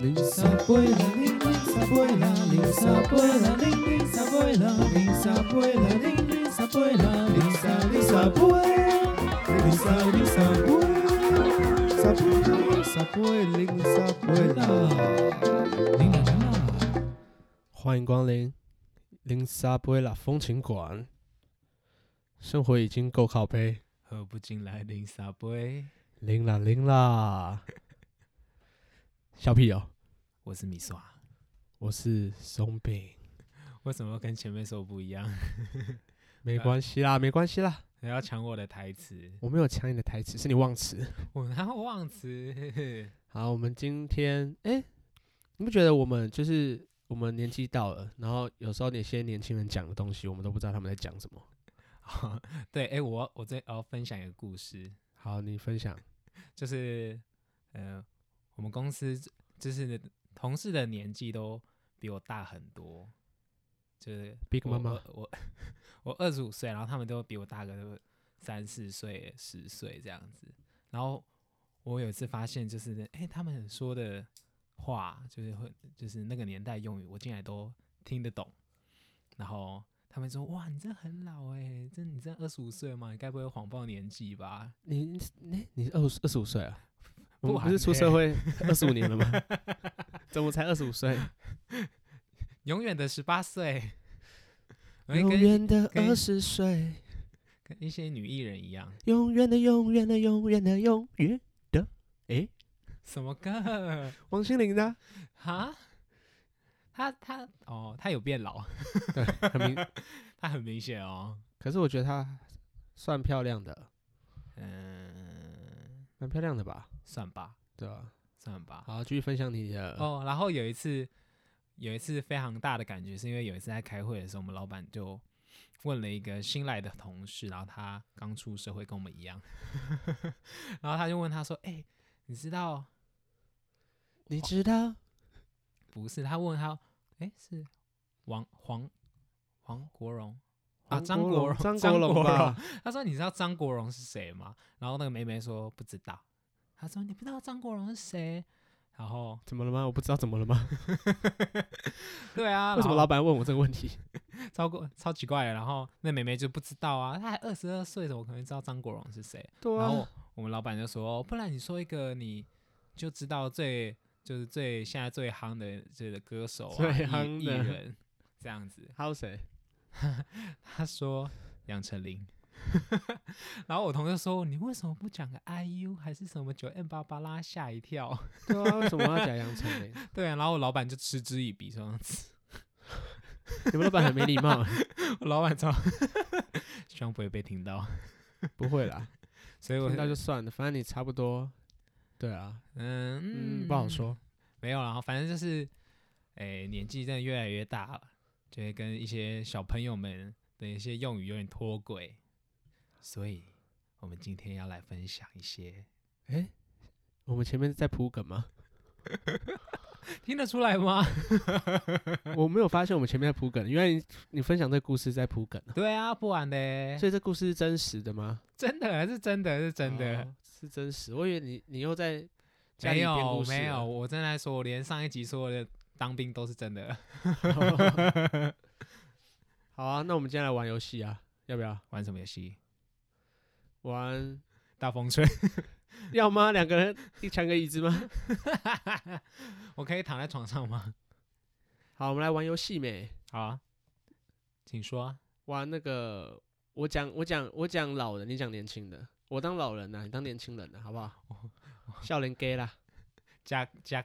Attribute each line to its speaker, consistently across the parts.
Speaker 1: 零撒贝拉，零零撒贝拉，零撒贝拉，零零撒贝拉，零撒贝拉，零零撒贝拉，零撒零撒贝，零撒零撒贝，撒贝撒贝零撒贝拉，零两零啦！欢迎光临零撒贝拉风情馆，生活已经够靠背。
Speaker 2: 喝不进来零撒杯。
Speaker 1: 零啦零啦，小屁友，
Speaker 2: 我是米刷，
Speaker 1: 我是松饼，
Speaker 2: 为什么跟前面说不一样？
Speaker 1: 没关系啦，没关系啦，
Speaker 2: 你要抢我的台词，
Speaker 1: 我没有抢你的台词，是你忘词。
Speaker 2: 我哪有忘词？
Speaker 1: 好，我们今天，哎、你不觉得我们就是我们年纪到了，然后有时候那些年轻人讲的东西，我们都不知道他们在讲什么。
Speaker 2: 对，哎、我我这我要分享一个故事，
Speaker 1: 好，你分享，
Speaker 2: 就是呃，我们公司就是同事的年纪都比我大很多，就是
Speaker 1: ，Big
Speaker 2: 我
Speaker 1: 妈妈，
Speaker 2: 我我我二十五岁，然后他们都比我大个三四岁、十岁这样子。然后我有一次发现，就是哎、诶他们说的话，就是会就是那个年代用语，我竟然都听得懂。然后他们说：“哇，你这很老哎、这你这二十五岁吗？你该不会谎报年纪吧
Speaker 1: 你你你二十二十五岁啊？我
Speaker 2: 不
Speaker 1: 们不是
Speaker 2: 还
Speaker 1: 出
Speaker 2: 没
Speaker 1: 社会二十五年了吗？ 怎么才二十五岁？？”
Speaker 2: 永远的十八岁， 我会
Speaker 1: 永
Speaker 2: 跟
Speaker 1: 远的
Speaker 2: 跟
Speaker 1: 二十岁。
Speaker 2: 跟一些女艺人一样，
Speaker 1: 永远的，永远的，永远的，永远的。诶，
Speaker 2: 什么歌
Speaker 1: 王心凌啊呢？
Speaker 2: 哈？他他哦，他有变老，
Speaker 1: 对，很明。
Speaker 2: 他很明显哦。
Speaker 1: 可是我觉得她算漂亮的，
Speaker 2: 嗯，
Speaker 1: 蛮漂亮的吧？
Speaker 2: 算吧，
Speaker 1: 对吧？
Speaker 2: 算吧。
Speaker 1: 好，继续分享你的。
Speaker 2: 哦，然后有一次，有一次非常大的感觉，是因为有一次在开会的时候，我们老板就问了一个新来的同事，然后他刚出社会，跟我们一样， 然后他就问他说：“哎、你知道
Speaker 1: 你知道
Speaker 2: 不是？”他问他：“哎、是王黄黄国荣啊？
Speaker 1: 黄
Speaker 2: 张
Speaker 1: 国
Speaker 2: 国
Speaker 1: 荣
Speaker 2: 荣？
Speaker 1: 张
Speaker 2: 张
Speaker 1: 国
Speaker 2: 国
Speaker 1: 荣吧？
Speaker 2: 他说：“你知道张国荣是谁吗？”然后那个梅梅说：“不知道。”他说：“你不知道张国荣是谁？”然后，
Speaker 1: 怎么了吗？我不知道怎么了吗？
Speaker 2: 对啊，
Speaker 1: 为什么
Speaker 2: 然
Speaker 1: 老
Speaker 2: 后
Speaker 1: 板问我这个问题？
Speaker 2: 超过超奇怪的？然后那妹妹就不知道啊，她还二十二岁，怎么可能知道张国荣是谁？
Speaker 1: 对啊
Speaker 2: 然后我们老板就说：“哦不然你说一个你就知道最就是最现在最夯的这个歌手啊，
Speaker 1: 最
Speaker 2: 艺
Speaker 1: 夯
Speaker 2: 艺
Speaker 1: 的
Speaker 2: 人这样子。”
Speaker 1: 还有谁？
Speaker 2: 他说杨丞琳， 然后我同事说你为什么不讲个 IU 还是什么九 M 八八拉吓一跳？
Speaker 1: 对啊，为什么要讲杨丞琳？
Speaker 2: 对啊，然后我老板就嗤之以鼻说，
Speaker 1: 你们老板很没礼 貌。
Speaker 2: 我老板超， 希望不会被听到，
Speaker 1: 不会啦，
Speaker 2: 所以我
Speaker 1: 听到就算了，反正你差不多。对啊，
Speaker 2: 嗯
Speaker 1: 嗯，不好，说。
Speaker 2: 没有，然后反正就是，哎，年纪真的越来越大了，就会跟一些小朋友们的一些用语有点脱轨，所以我们今天要来分享一些，
Speaker 1: 诶，我们前面在铺梗吗？
Speaker 2: 听得出来吗？
Speaker 1: 我没有发现我们前面在铺梗，原来你你分享这个故事在铺梗啊。
Speaker 2: 对啊，不然呢？
Speaker 1: 所以这故事是真实的吗？
Speaker 2: 真的是真的是真的，
Speaker 1: 哦是真实。我以为你你又在家里
Speaker 2: 没
Speaker 1: 编
Speaker 2: 有
Speaker 1: 故事
Speaker 2: 没有，
Speaker 1: 了，
Speaker 2: 我正在说，我连上一集说的当兵都是 真的。
Speaker 1: 好啊，那我们今天来玩游戏啊，要不要
Speaker 2: 玩什么游戏？
Speaker 1: 玩？
Speaker 2: 大风吹，
Speaker 1: 要吗？两个人一抢个椅子吗？
Speaker 2: 我可以躺在床上吗？
Speaker 1: 好，我们来玩游戏没？
Speaker 2: 好啊，请说啊。
Speaker 1: 玩那个，我讲我讲我讲老人，你讲年轻的，我当老人呐、啊你当年轻人呐、好不 好？笑脸 gay 啦，
Speaker 2: 加加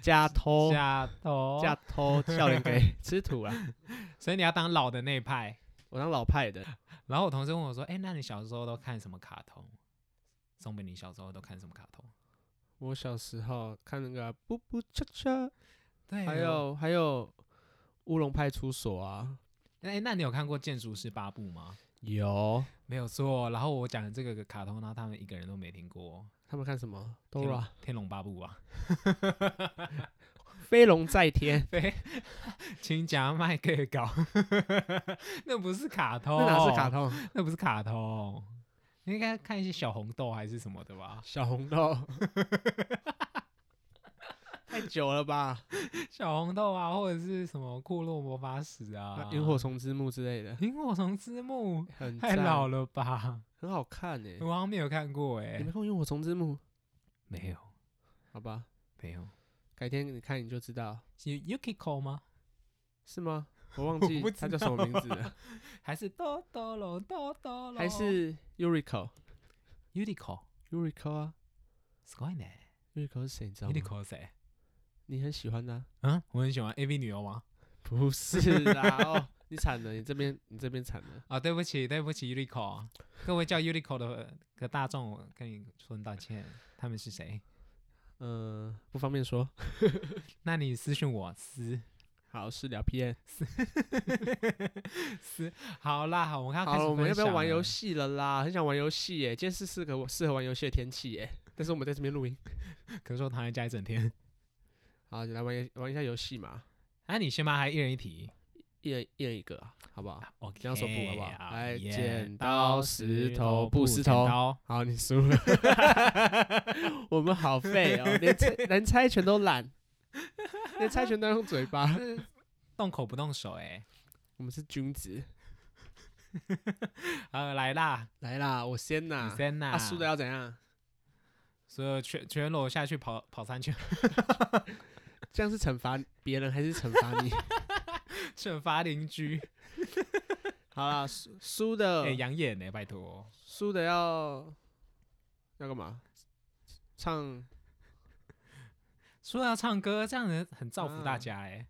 Speaker 1: 加偷
Speaker 2: 加头，
Speaker 1: 加偷笑脸 gay 吃土啦，
Speaker 2: 所以你要当老的那一派。
Speaker 1: 我当老派的。
Speaker 2: 然后我同事问我说：“哎、那你小时候都看什么卡通？”宋美龄小时候都看什么卡通？
Speaker 1: 我小时候看那个啊布布恰恰，
Speaker 2: 对
Speaker 1: 还有还有乌龙派出所啊，
Speaker 2: 哎、那你有看过《建筑师八部》吗？
Speaker 1: 有
Speaker 2: 没有错。然后我讲的这个卡通，然后他们一个人都没听过。
Speaker 1: 他们看什么
Speaker 2: 天龙
Speaker 1: ？Dora，
Speaker 2: 天龙八部啊，
Speaker 1: 飞龙在天，
Speaker 2: 对，请讲麦克搞， 那不是卡通，
Speaker 1: 那哪是卡？通？
Speaker 2: 那不是卡通，你应该 看一些小红豆还是什么的吧？
Speaker 1: 小红豆，太久了吧？
Speaker 2: 小红豆啊，或者是什么库洛魔法使啊
Speaker 1: 那，萤火虫之墓之类的，
Speaker 2: 萤火虫之墓
Speaker 1: 很
Speaker 2: 太老
Speaker 1: 了，
Speaker 2: 了吧？
Speaker 1: 很好看诶。
Speaker 2: 我好像没有看过哎、
Speaker 1: 你没看过萤火虫之墓？
Speaker 2: 没有
Speaker 1: 好吧，
Speaker 2: 没有，
Speaker 1: 改天你看你就知道，
Speaker 2: 是 Yukiko 吗？
Speaker 1: 是吗？我忘
Speaker 2: 我
Speaker 1: 记
Speaker 2: 不
Speaker 1: 它
Speaker 2: 知
Speaker 1: 叫什么
Speaker 2: 道
Speaker 1: 名字 了，
Speaker 2: 还是哆哆龙哆哆龙？
Speaker 1: 还是 Yuriko？Yuriko
Speaker 2: Yukiko？
Speaker 1: 啊
Speaker 2: すごいね。
Speaker 1: ，Yuriko 是谁？你知道吗？
Speaker 2: Yukiko 是谁？
Speaker 1: 你很喜欢他？
Speaker 2: 嗯，我很喜欢 AV 女优吗？
Speaker 1: 不是啦，哦， 你惨了，你这边你这边惨了。
Speaker 2: 啊，对不起，对不起，Yuriko，各位叫 Yuriko 的的大众，我跟你说声道歉。他们是谁？
Speaker 1: 嗯、不方便说。
Speaker 2: 那你私信我私
Speaker 1: 好，私聊 PM。
Speaker 2: 私。好啦，好，我们要啊开
Speaker 1: 好
Speaker 2: 始
Speaker 1: 了，我们要
Speaker 2: 分
Speaker 1: 不要
Speaker 2: 享
Speaker 1: 玩游
Speaker 2: 了？
Speaker 1: 戏了啦？很想玩游戏耶，今天是适合适合玩游戏的天气耶。但是我们在这边录音，
Speaker 2: 可是我躺在家一整天。
Speaker 1: 好，你来玩玩一下游戏嘛，
Speaker 2: 那、啊你先吧，还一人一题。
Speaker 1: 一人一人一个啊，好不好？
Speaker 2: 啊 OK，
Speaker 1: 这样说不好不好
Speaker 2: 啊
Speaker 1: 来
Speaker 2: 耶
Speaker 1: 剪刀石头布石
Speaker 2: 剪
Speaker 1: 头
Speaker 2: 刀
Speaker 1: 好，你输了， 我们好废 哦，连猜连猜拳都懒，连猜拳都要用嘴巴，
Speaker 2: 动口不动手、 欸，
Speaker 1: 我们是君子。
Speaker 2: 哎，呃，来啦，
Speaker 1: 来啦，我先
Speaker 2: 你
Speaker 1: 呐，
Speaker 2: 先
Speaker 1: 啊，
Speaker 2: 呐，
Speaker 1: 输的要怎样？
Speaker 2: 所有全全裸下去跑跑三圈，
Speaker 1: 这样是惩罚别人还是惩罚 你？
Speaker 2: 惩罚邻居，
Speaker 1: 好啦，输输
Speaker 2: 哎、
Speaker 1: 的
Speaker 2: 养眼呢、拜托，
Speaker 1: 输的要要干嘛？唱
Speaker 2: 说要唱歌，这样人很造福
Speaker 1: 啊
Speaker 2: 大家、欸，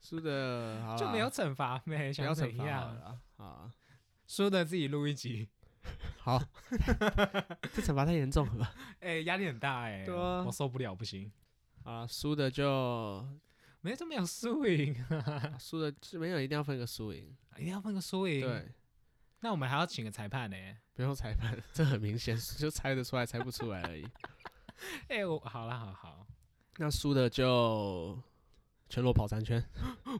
Speaker 1: 输的好
Speaker 2: 哎，就没有
Speaker 1: 啦
Speaker 2: 惩罚呗，
Speaker 1: 不
Speaker 2: 想
Speaker 1: 要
Speaker 2: 怎
Speaker 1: 惩罚好了
Speaker 2: 样？
Speaker 1: 啦好啊，
Speaker 2: 输的自己录一集，
Speaker 1: 好， 这惩罚太严重了吧？
Speaker 2: 哎、压力很大、欸，哎，
Speaker 1: 对啊
Speaker 2: 我受不了，不行，
Speaker 1: 好啦，输的就
Speaker 2: 没就没有输赢、 啊，
Speaker 1: 输的就没有一定要分个输赢，
Speaker 2: 一定要分个输赢，，
Speaker 1: 对，
Speaker 2: 那我们还要请个裁判欸呢、
Speaker 1: 不用裁判， 这很明显，就猜得出来，猜不出来而已。
Speaker 2: 哎、我好啦，好好，
Speaker 1: 那输的就全裸跑三圈，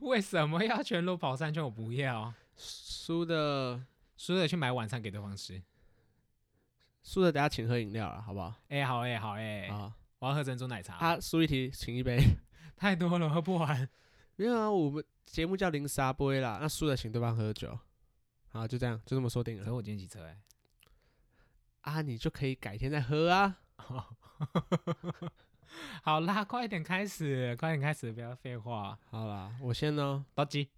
Speaker 2: 为什么要全裸跑三圈？我不要。
Speaker 1: 输的
Speaker 2: 输了去买晚餐给对方吃。
Speaker 1: 输的等下请喝饮料了，好不好？
Speaker 2: 哎、好哎、好哎、
Speaker 1: 好，
Speaker 2: 我要喝珍珠奶茶。
Speaker 1: 啊，输一题请一杯。
Speaker 2: 太多了，喝不完。
Speaker 1: 没有啊，我们节目叫零沙杯啦，那输了请对方喝酒。好，就这样，就这么说定
Speaker 2: 可
Speaker 1: 了
Speaker 2: 是我今天骑车哎、
Speaker 1: 啊，你就可以改天再喝啊。
Speaker 2: 好啦，快点开始，快点开始，不要废话。
Speaker 1: 好啦，我先呢，
Speaker 2: 着急。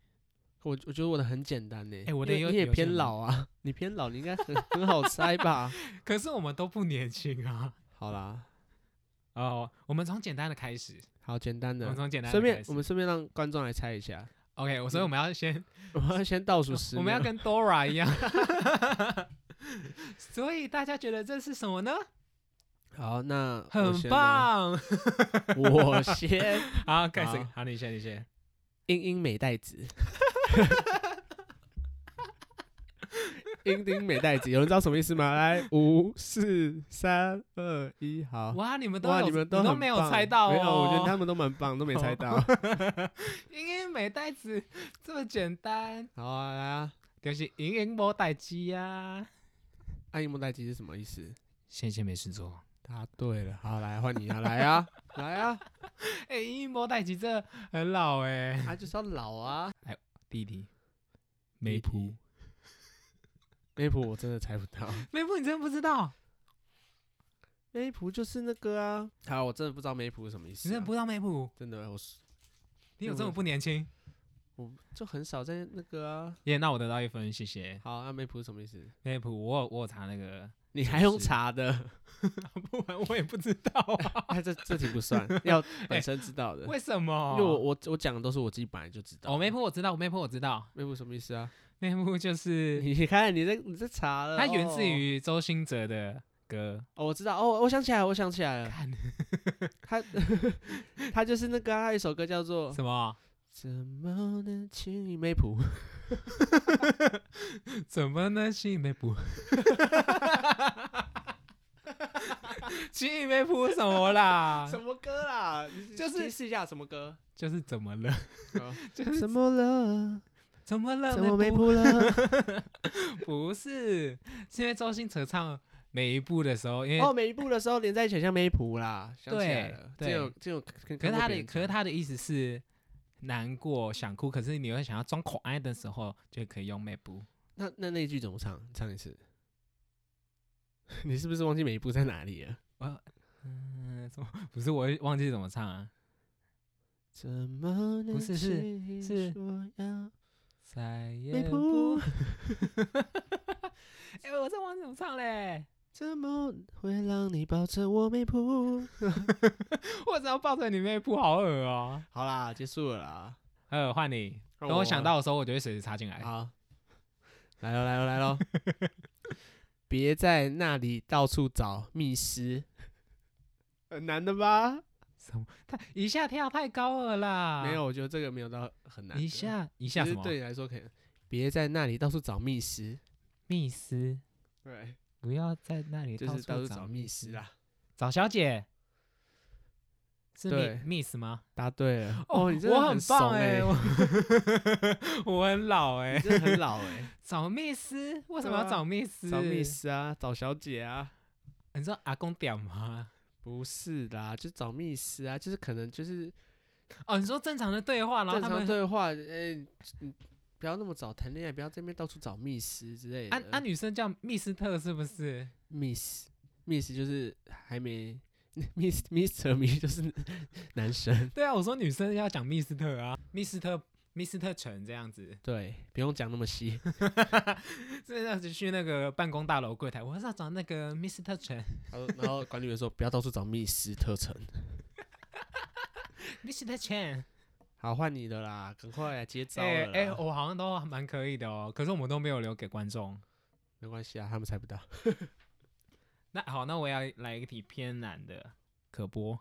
Speaker 1: 我我觉得我的很简单呢、
Speaker 2: 哎我的
Speaker 1: 因为
Speaker 2: 有
Speaker 1: 你也
Speaker 2: 有些
Speaker 1: 偏
Speaker 2: 很
Speaker 1: 老啊， 你偏老，你应该很很好猜 吧？
Speaker 2: 可是我们都不年轻啊。
Speaker 1: 好啦，
Speaker 2: 哦，我们从简单的开始，
Speaker 1: 好简单
Speaker 2: 我们
Speaker 1: 的，
Speaker 2: 从简单的
Speaker 1: 顺
Speaker 2: 开
Speaker 1: 便
Speaker 2: 始。
Speaker 1: 我们顺便让观众来猜一 下，
Speaker 2: OK，我所以我们要先，
Speaker 1: 我们要先倒数十
Speaker 2: 我
Speaker 1: 秒，
Speaker 2: 们要跟 Dora 一样。 所以大家觉得这是什么呢？
Speaker 1: 好，那我
Speaker 2: 很
Speaker 1: 先啊，
Speaker 2: 棒。
Speaker 1: 我先
Speaker 2: 好，开始。
Speaker 1: 好
Speaker 2: 好，你先，你先。
Speaker 1: 英英美代 子，英英美代子，有人知道什么意思吗？来，五四三二一，好。
Speaker 2: 哇，你们都
Speaker 1: 哇，
Speaker 2: 有
Speaker 1: 你们都
Speaker 2: 你都
Speaker 1: 很
Speaker 2: 没有
Speaker 1: 棒
Speaker 2: 猜到哦。
Speaker 1: 没有，我觉得他们都蛮棒，都没猜到。
Speaker 2: 莹莹没带子这么简单，
Speaker 1: 好啊，来啊，
Speaker 2: 就是莹莹没带机呀。
Speaker 1: 阿英莫代基是什么意思？
Speaker 2: 闲闲没事做，
Speaker 1: 答对了，好，来换 你啊，来啊，来啊，
Speaker 2: 哎、莹莹没带机这很老哎、
Speaker 1: 他就是要老啊。
Speaker 2: 弟弟，
Speaker 1: 梅普，梅普我真的猜不到，
Speaker 2: 梅普你真的不知道？
Speaker 1: 梅普就是那个啊。好，我真的不知道梅普是什么意思、啊
Speaker 2: 你真的不知道梅普？
Speaker 1: 真的，我是
Speaker 2: 你有这
Speaker 1: 我
Speaker 2: 么不年轻？
Speaker 1: 我就很少在那个啊。
Speaker 2: 耶、那我得到一分，谢谢
Speaker 1: 好，那梅普是什么意思？
Speaker 2: 梅普。我有我有查那个，
Speaker 1: 你
Speaker 2: 是
Speaker 1: 还用查的？
Speaker 2: 不然我也不知道啊。
Speaker 1: 哎，这这题不算， 要本身知道的。
Speaker 2: 为什么？
Speaker 1: 因为我我我讲的都是我自己本来就知道的。
Speaker 2: 哦，梅普我知道，梅普我知道，
Speaker 1: 梅普什么意思啊？
Speaker 2: 梅普就是
Speaker 1: 你看你在你在查了。
Speaker 2: 它源
Speaker 1: 哦
Speaker 2: 自于周兴哲的歌，
Speaker 1: 哦，我知道哦，我想起来了，我想起来了，
Speaker 2: 看
Speaker 1: 他 他就是那个啊、他有一首歌叫做
Speaker 2: 什么？啊
Speaker 1: 怎么能轻易梅普？
Speaker 2: 怎么能吸引梅普？ 吸引梅普 什么啦？
Speaker 1: 什么歌啦？你
Speaker 2: 就是
Speaker 1: 提示一下什么歌？
Speaker 2: 就是怎么了？ 就是
Speaker 1: 怎么了？
Speaker 2: 怎么了？
Speaker 1: 怎么梅
Speaker 2: 梅普
Speaker 1: 普了？
Speaker 2: 不是，是因为周星驰唱每一步的时候，因 为、
Speaker 1: 哦，每一步的时候连在一起很像梅谱啦，想起来
Speaker 2: 对
Speaker 1: 了，
Speaker 2: 对
Speaker 1: 这有这有可
Speaker 2: 可是他的可是他的意思是难过想哭，可是你又想要装可爱的时候，就可以用 map。
Speaker 1: 那那那一句怎么唱？唱一次。 你是不是忘记每一步在哪里了？
Speaker 2: 我嗯，怎么 不是我会忘记怎么唱啊？
Speaker 1: 怎么能
Speaker 2: 不是是
Speaker 1: 轻易
Speaker 2: 是
Speaker 1: 说要
Speaker 2: 再也
Speaker 1: 梅
Speaker 2: 不
Speaker 1: 谱，
Speaker 2: 哎、我这忘记怎么唱嘞，
Speaker 1: 怎么会让你抱着我梅谱？
Speaker 2: 我只要抱着你 map，好恶哦、
Speaker 1: 好啦，结束了啦。
Speaker 2: 呃，换你，
Speaker 1: 那
Speaker 2: 等我想到的时候，我就会随时插进来。
Speaker 1: 好， 来喽来喽来 喽，别在那里到处找密室，很难的吧？
Speaker 2: 什么？他一下跳太高了啦！
Speaker 1: 没有，，我觉得这个没有到很难的。
Speaker 2: 一下一
Speaker 1: 其
Speaker 2: 下什
Speaker 1: 实
Speaker 2: 么？
Speaker 1: 对你来说可以，别在那里到处找密室。
Speaker 2: 密斯，
Speaker 1: 对，
Speaker 2: 不要在那里
Speaker 1: 就是到
Speaker 2: 处
Speaker 1: 处找密室
Speaker 2: 啊！
Speaker 1: 啦。
Speaker 2: 找小姐，是
Speaker 1: 对
Speaker 2: 密 miss 吗？
Speaker 1: 答对了，哦，你真的
Speaker 2: 我很欸棒
Speaker 1: 哎、
Speaker 2: 我 我很老哎、
Speaker 1: 你真的很老哎、
Speaker 2: 找密斯为什
Speaker 1: 对
Speaker 2: 么
Speaker 1: 啊
Speaker 2: 要找密斯？
Speaker 1: 找密，室啊，找小姐啊，
Speaker 2: 你说阿公屌吗？
Speaker 1: 不是啦，就找密室啊，就是可能就是
Speaker 2: 哦，你说正常的对话，然后
Speaker 1: 正
Speaker 2: 他
Speaker 1: 常
Speaker 2: 们
Speaker 1: 对话，哎、你不要那么早谈恋爱，不要在那边到处找密室之类的。
Speaker 2: 啊啊，女生叫密斯特是不是？
Speaker 1: miss miss 就是还没 miss mister 迷就是 男生，
Speaker 2: 对啊，我说女生要讲密斯特啊，密斯特密斯特城这样子。
Speaker 1: 对，不用讲那么 细。
Speaker 2: 这样子去那个办公大楼柜台，我是要找那个 Mr. 陈
Speaker 1: 然后然后管理员说不要到处找密室特城。
Speaker 2: ，Mr. 陈。
Speaker 1: 好，换你的啦，赶快来接招了
Speaker 2: 哎
Speaker 1: 啦。
Speaker 2: 哎，我好像都蛮可以的哦，可是我们都没有留给观众。
Speaker 1: 没关系啊，他们猜不到。
Speaker 2: 那好，那我要来一个题偏难的，可播，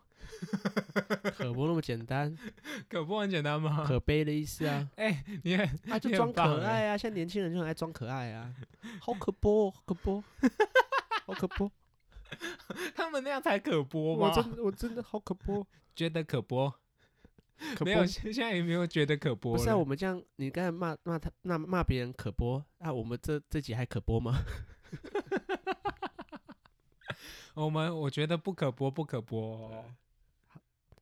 Speaker 1: 可不那么简单，
Speaker 2: 可播很简单吗？，
Speaker 1: 可悲的意思啊
Speaker 2: 哎，你很
Speaker 1: 啊就
Speaker 2: 你很
Speaker 1: 装
Speaker 2: 棒
Speaker 1: 可
Speaker 2: 欸
Speaker 1: 爱啊，现在年轻人就很爱装可爱啊， 好可播哦，好可播，好可播，
Speaker 2: 他们那样才可 播
Speaker 1: 我
Speaker 2: 吗？
Speaker 1: 真的我真的好可播，
Speaker 2: 觉得可播，
Speaker 1: 可
Speaker 2: 没
Speaker 1: 播
Speaker 2: 有， 现在也没有觉得可播
Speaker 1: 不
Speaker 2: 了。
Speaker 1: 是啊，我们这样，你刚才骂骂他，那骂别人可播，那、我们这这集还可播吗？
Speaker 2: 我们我觉得不可播，不可播哦。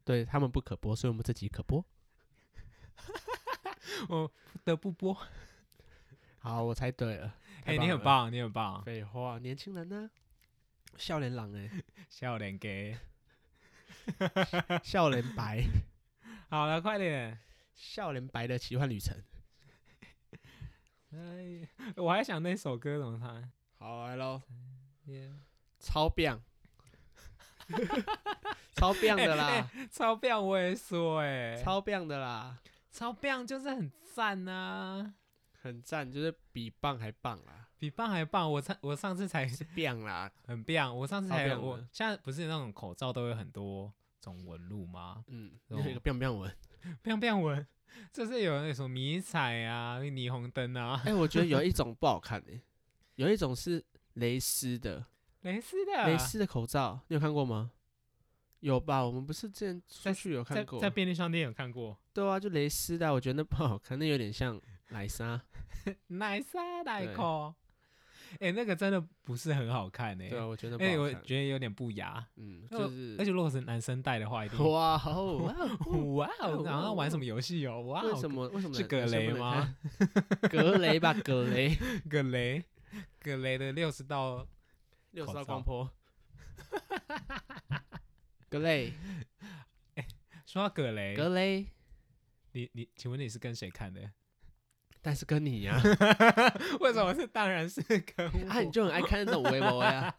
Speaker 1: 对他们不可播，所以我们这集可播。
Speaker 2: 我不得不播。
Speaker 1: 好，我猜对了。太
Speaker 2: 哎，你
Speaker 1: 了。
Speaker 2: 很棒，你很棒，
Speaker 1: 废话，年轻人呢、笑脸狼哎、
Speaker 2: 笑脸给。
Speaker 1: 笑脸 白，
Speaker 2: 好了，快点。
Speaker 1: 笑脸白的奇幻旅程。
Speaker 2: 哎，我还想那首歌怎么唱
Speaker 1: 好来喽，
Speaker 2: 耶
Speaker 1: 超棒， 超棒的 啦，
Speaker 2: 超棒我也说哎、
Speaker 1: 超棒的啦，
Speaker 2: 超棒就是很赞呐、
Speaker 1: 很赞，就是比棒还棒啦，
Speaker 2: 比棒还棒。我上我上次才
Speaker 1: 是棒啦，
Speaker 2: 很棒，我上次才
Speaker 1: 超棒
Speaker 2: 我
Speaker 1: 的
Speaker 2: 现在不是那种口罩都有很多种纹路吗？
Speaker 1: 嗯，有一个棒棒文。
Speaker 2: 棒棒纹，就是有那种迷彩啊、霓虹灯啊、
Speaker 1: 哎、我觉得有一种不好看哎、有一种是蕾丝 的，
Speaker 2: 蕾丝的啊，
Speaker 1: 蕾丝的口罩，你有看过吗？有吧？我们不是之前出
Speaker 2: 在
Speaker 1: 去有
Speaker 2: 在
Speaker 1: 看过？
Speaker 2: 在便利商店有看过，
Speaker 1: 对啊，就蕾丝的啊，我觉得那不好看，那有点像奶纱。
Speaker 2: 奶沙奶
Speaker 1: 对
Speaker 2: 啊口，哎、那个真的不是很好看哎、
Speaker 1: 对啊，我觉得那不
Speaker 2: 哎、我
Speaker 1: 好看。
Speaker 2: 觉得有点不雅。
Speaker 1: 嗯，
Speaker 2: 那我
Speaker 1: 就是
Speaker 2: 而且如果是男生戴的话，一定
Speaker 1: 哇哦，
Speaker 2: 哇哦，然后
Speaker 1: 哇
Speaker 2: 玩
Speaker 1: 哦
Speaker 2: 什么游戏哦？哇
Speaker 1: 为
Speaker 2: 哦，
Speaker 1: 什么为什么
Speaker 2: 是
Speaker 1: 男
Speaker 2: 葛
Speaker 1: 男生
Speaker 2: 雷
Speaker 1: 不能
Speaker 2: 吗？
Speaker 1: 看？葛雷吧，葛雷，
Speaker 2: 葛雷，葛雷的六十道，
Speaker 1: 六
Speaker 2: 口
Speaker 1: 十道
Speaker 2: 罩
Speaker 1: 光波。葛雷，
Speaker 2: 说到葛雷，
Speaker 1: 葛雷，
Speaker 2: 你你，请问你是跟谁看的？
Speaker 1: 但是跟你 呀，
Speaker 2: 为什么是？当然是跟我，
Speaker 1: 啊，你就很爱看那种微博呀，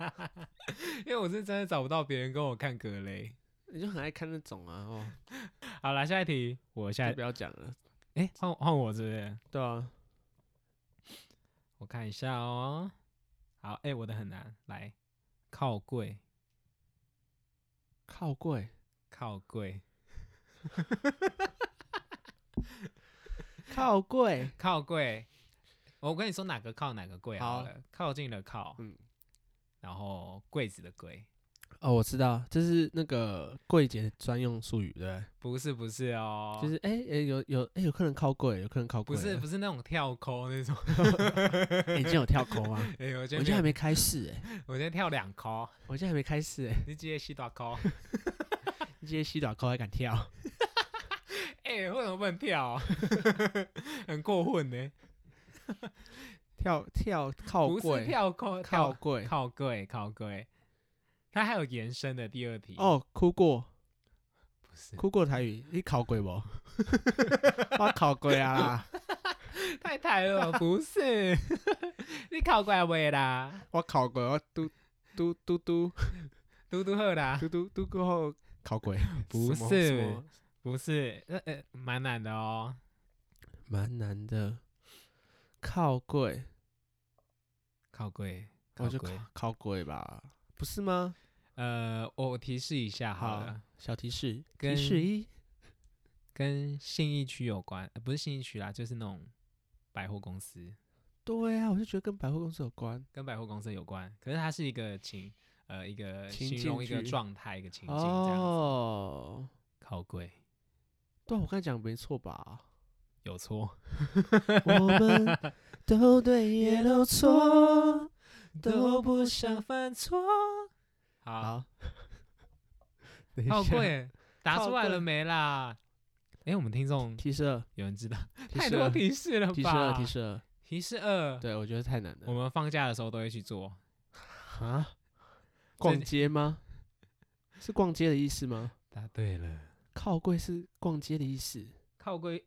Speaker 2: 因为我是真的找不到别人跟我看葛雷。
Speaker 1: 你就很爱看那种啊，哦，
Speaker 2: 好啦，下一题，我下
Speaker 1: 就不要讲了。
Speaker 2: 哎换换我是不是？
Speaker 1: 对啊，
Speaker 2: 我看一下哦。好，哎、我的很难，来，靠柜，
Speaker 1: 靠柜，
Speaker 2: 靠柜，
Speaker 1: 靠柜，
Speaker 2: 靠柜。我跟你说哪个靠哪个柜好
Speaker 1: 好
Speaker 2: 了，靠近的靠，
Speaker 1: 嗯
Speaker 2: 然后柜子的柜，
Speaker 1: 哦，我知道，这是那个柜姐专用术语，对不对？
Speaker 2: 不是不是哦，
Speaker 1: 就是哎哎、有有哎、有客人靠柜，有客人靠
Speaker 2: 不
Speaker 1: 柜了，
Speaker 2: 是不是那种跳抠那种。
Speaker 1: 哎、你今天有跳扣吗？
Speaker 2: 哎、我 今
Speaker 1: 我今天还
Speaker 2: 天
Speaker 1: 没开市哎、
Speaker 2: 我今天跳两抠，
Speaker 1: 我今天还没开市哎、
Speaker 2: 你直接洗大抠。
Speaker 1: 你今天洗澡扣还敢跳？
Speaker 2: 哎、为什么不能跳、 很过分呢、
Speaker 1: 跳跳靠
Speaker 2: 不是
Speaker 1: 柜，
Speaker 2: 跳抠，
Speaker 1: 靠
Speaker 2: 跳
Speaker 1: 柜
Speaker 2: 靠柜靠柜。它还有延伸的第二题，
Speaker 1: 哦，哭过
Speaker 2: 不是，
Speaker 1: 哭过台语，你考鬼不？ 我考鬼啊啦，
Speaker 2: 太抬了，不是， 你靠怪位啦，
Speaker 1: 我考鬼，我嘟嘟嘟嘟
Speaker 2: 嘟嘟后啦，
Speaker 1: 嘟嘟嘟过后考鬼，
Speaker 2: 不
Speaker 1: 什么
Speaker 2: 是
Speaker 1: 什么
Speaker 2: 不是，呃呃，蛮难的哦。
Speaker 1: 蛮难的，靠柜，
Speaker 2: 靠柜，
Speaker 1: 我
Speaker 2: 靠
Speaker 1: 就考
Speaker 2: 柜。
Speaker 1: 考鬼吧，不是吗？
Speaker 2: 呃，我我提示一下好
Speaker 1: 好
Speaker 2: 了，
Speaker 1: 小提示，提
Speaker 2: 跟
Speaker 1: 示一，
Speaker 2: 跟信义区有关，呃不是信义区啦，就是那种百货公司，
Speaker 1: 对啊，我就觉得跟百货公司有关。
Speaker 2: 跟百货公司有关。可是它是一个情，呃，一个
Speaker 1: 情
Speaker 2: 形
Speaker 1: 境
Speaker 2: 容一个
Speaker 1: 剧
Speaker 2: 状态，一个情境这样子。
Speaker 1: 哦，
Speaker 2: 靠柜
Speaker 1: 对啊，我刚才讲没错吧？
Speaker 2: 有错，
Speaker 1: 我们都对也都错。
Speaker 2: 都不想犯错。好，
Speaker 1: 好，等一
Speaker 2: 靠
Speaker 1: 下，
Speaker 2: 柜答
Speaker 1: 靠
Speaker 2: 出来
Speaker 1: 柜
Speaker 2: 了没啦？哎，我们听众
Speaker 1: 提示二，
Speaker 2: 有人知道，
Speaker 1: 提
Speaker 2: 太
Speaker 1: 示
Speaker 2: 多
Speaker 1: 二，
Speaker 2: 提示了吧？
Speaker 1: 提示二，提示二。
Speaker 2: 提示二，
Speaker 1: 对，我觉得太难
Speaker 2: 我
Speaker 1: 了。
Speaker 2: 们放假的时候都会去做。
Speaker 1: 啊？逛街吗？是逛街的意思吗？
Speaker 2: 答对了，
Speaker 1: 靠柜是逛街的意思。
Speaker 2: 靠柜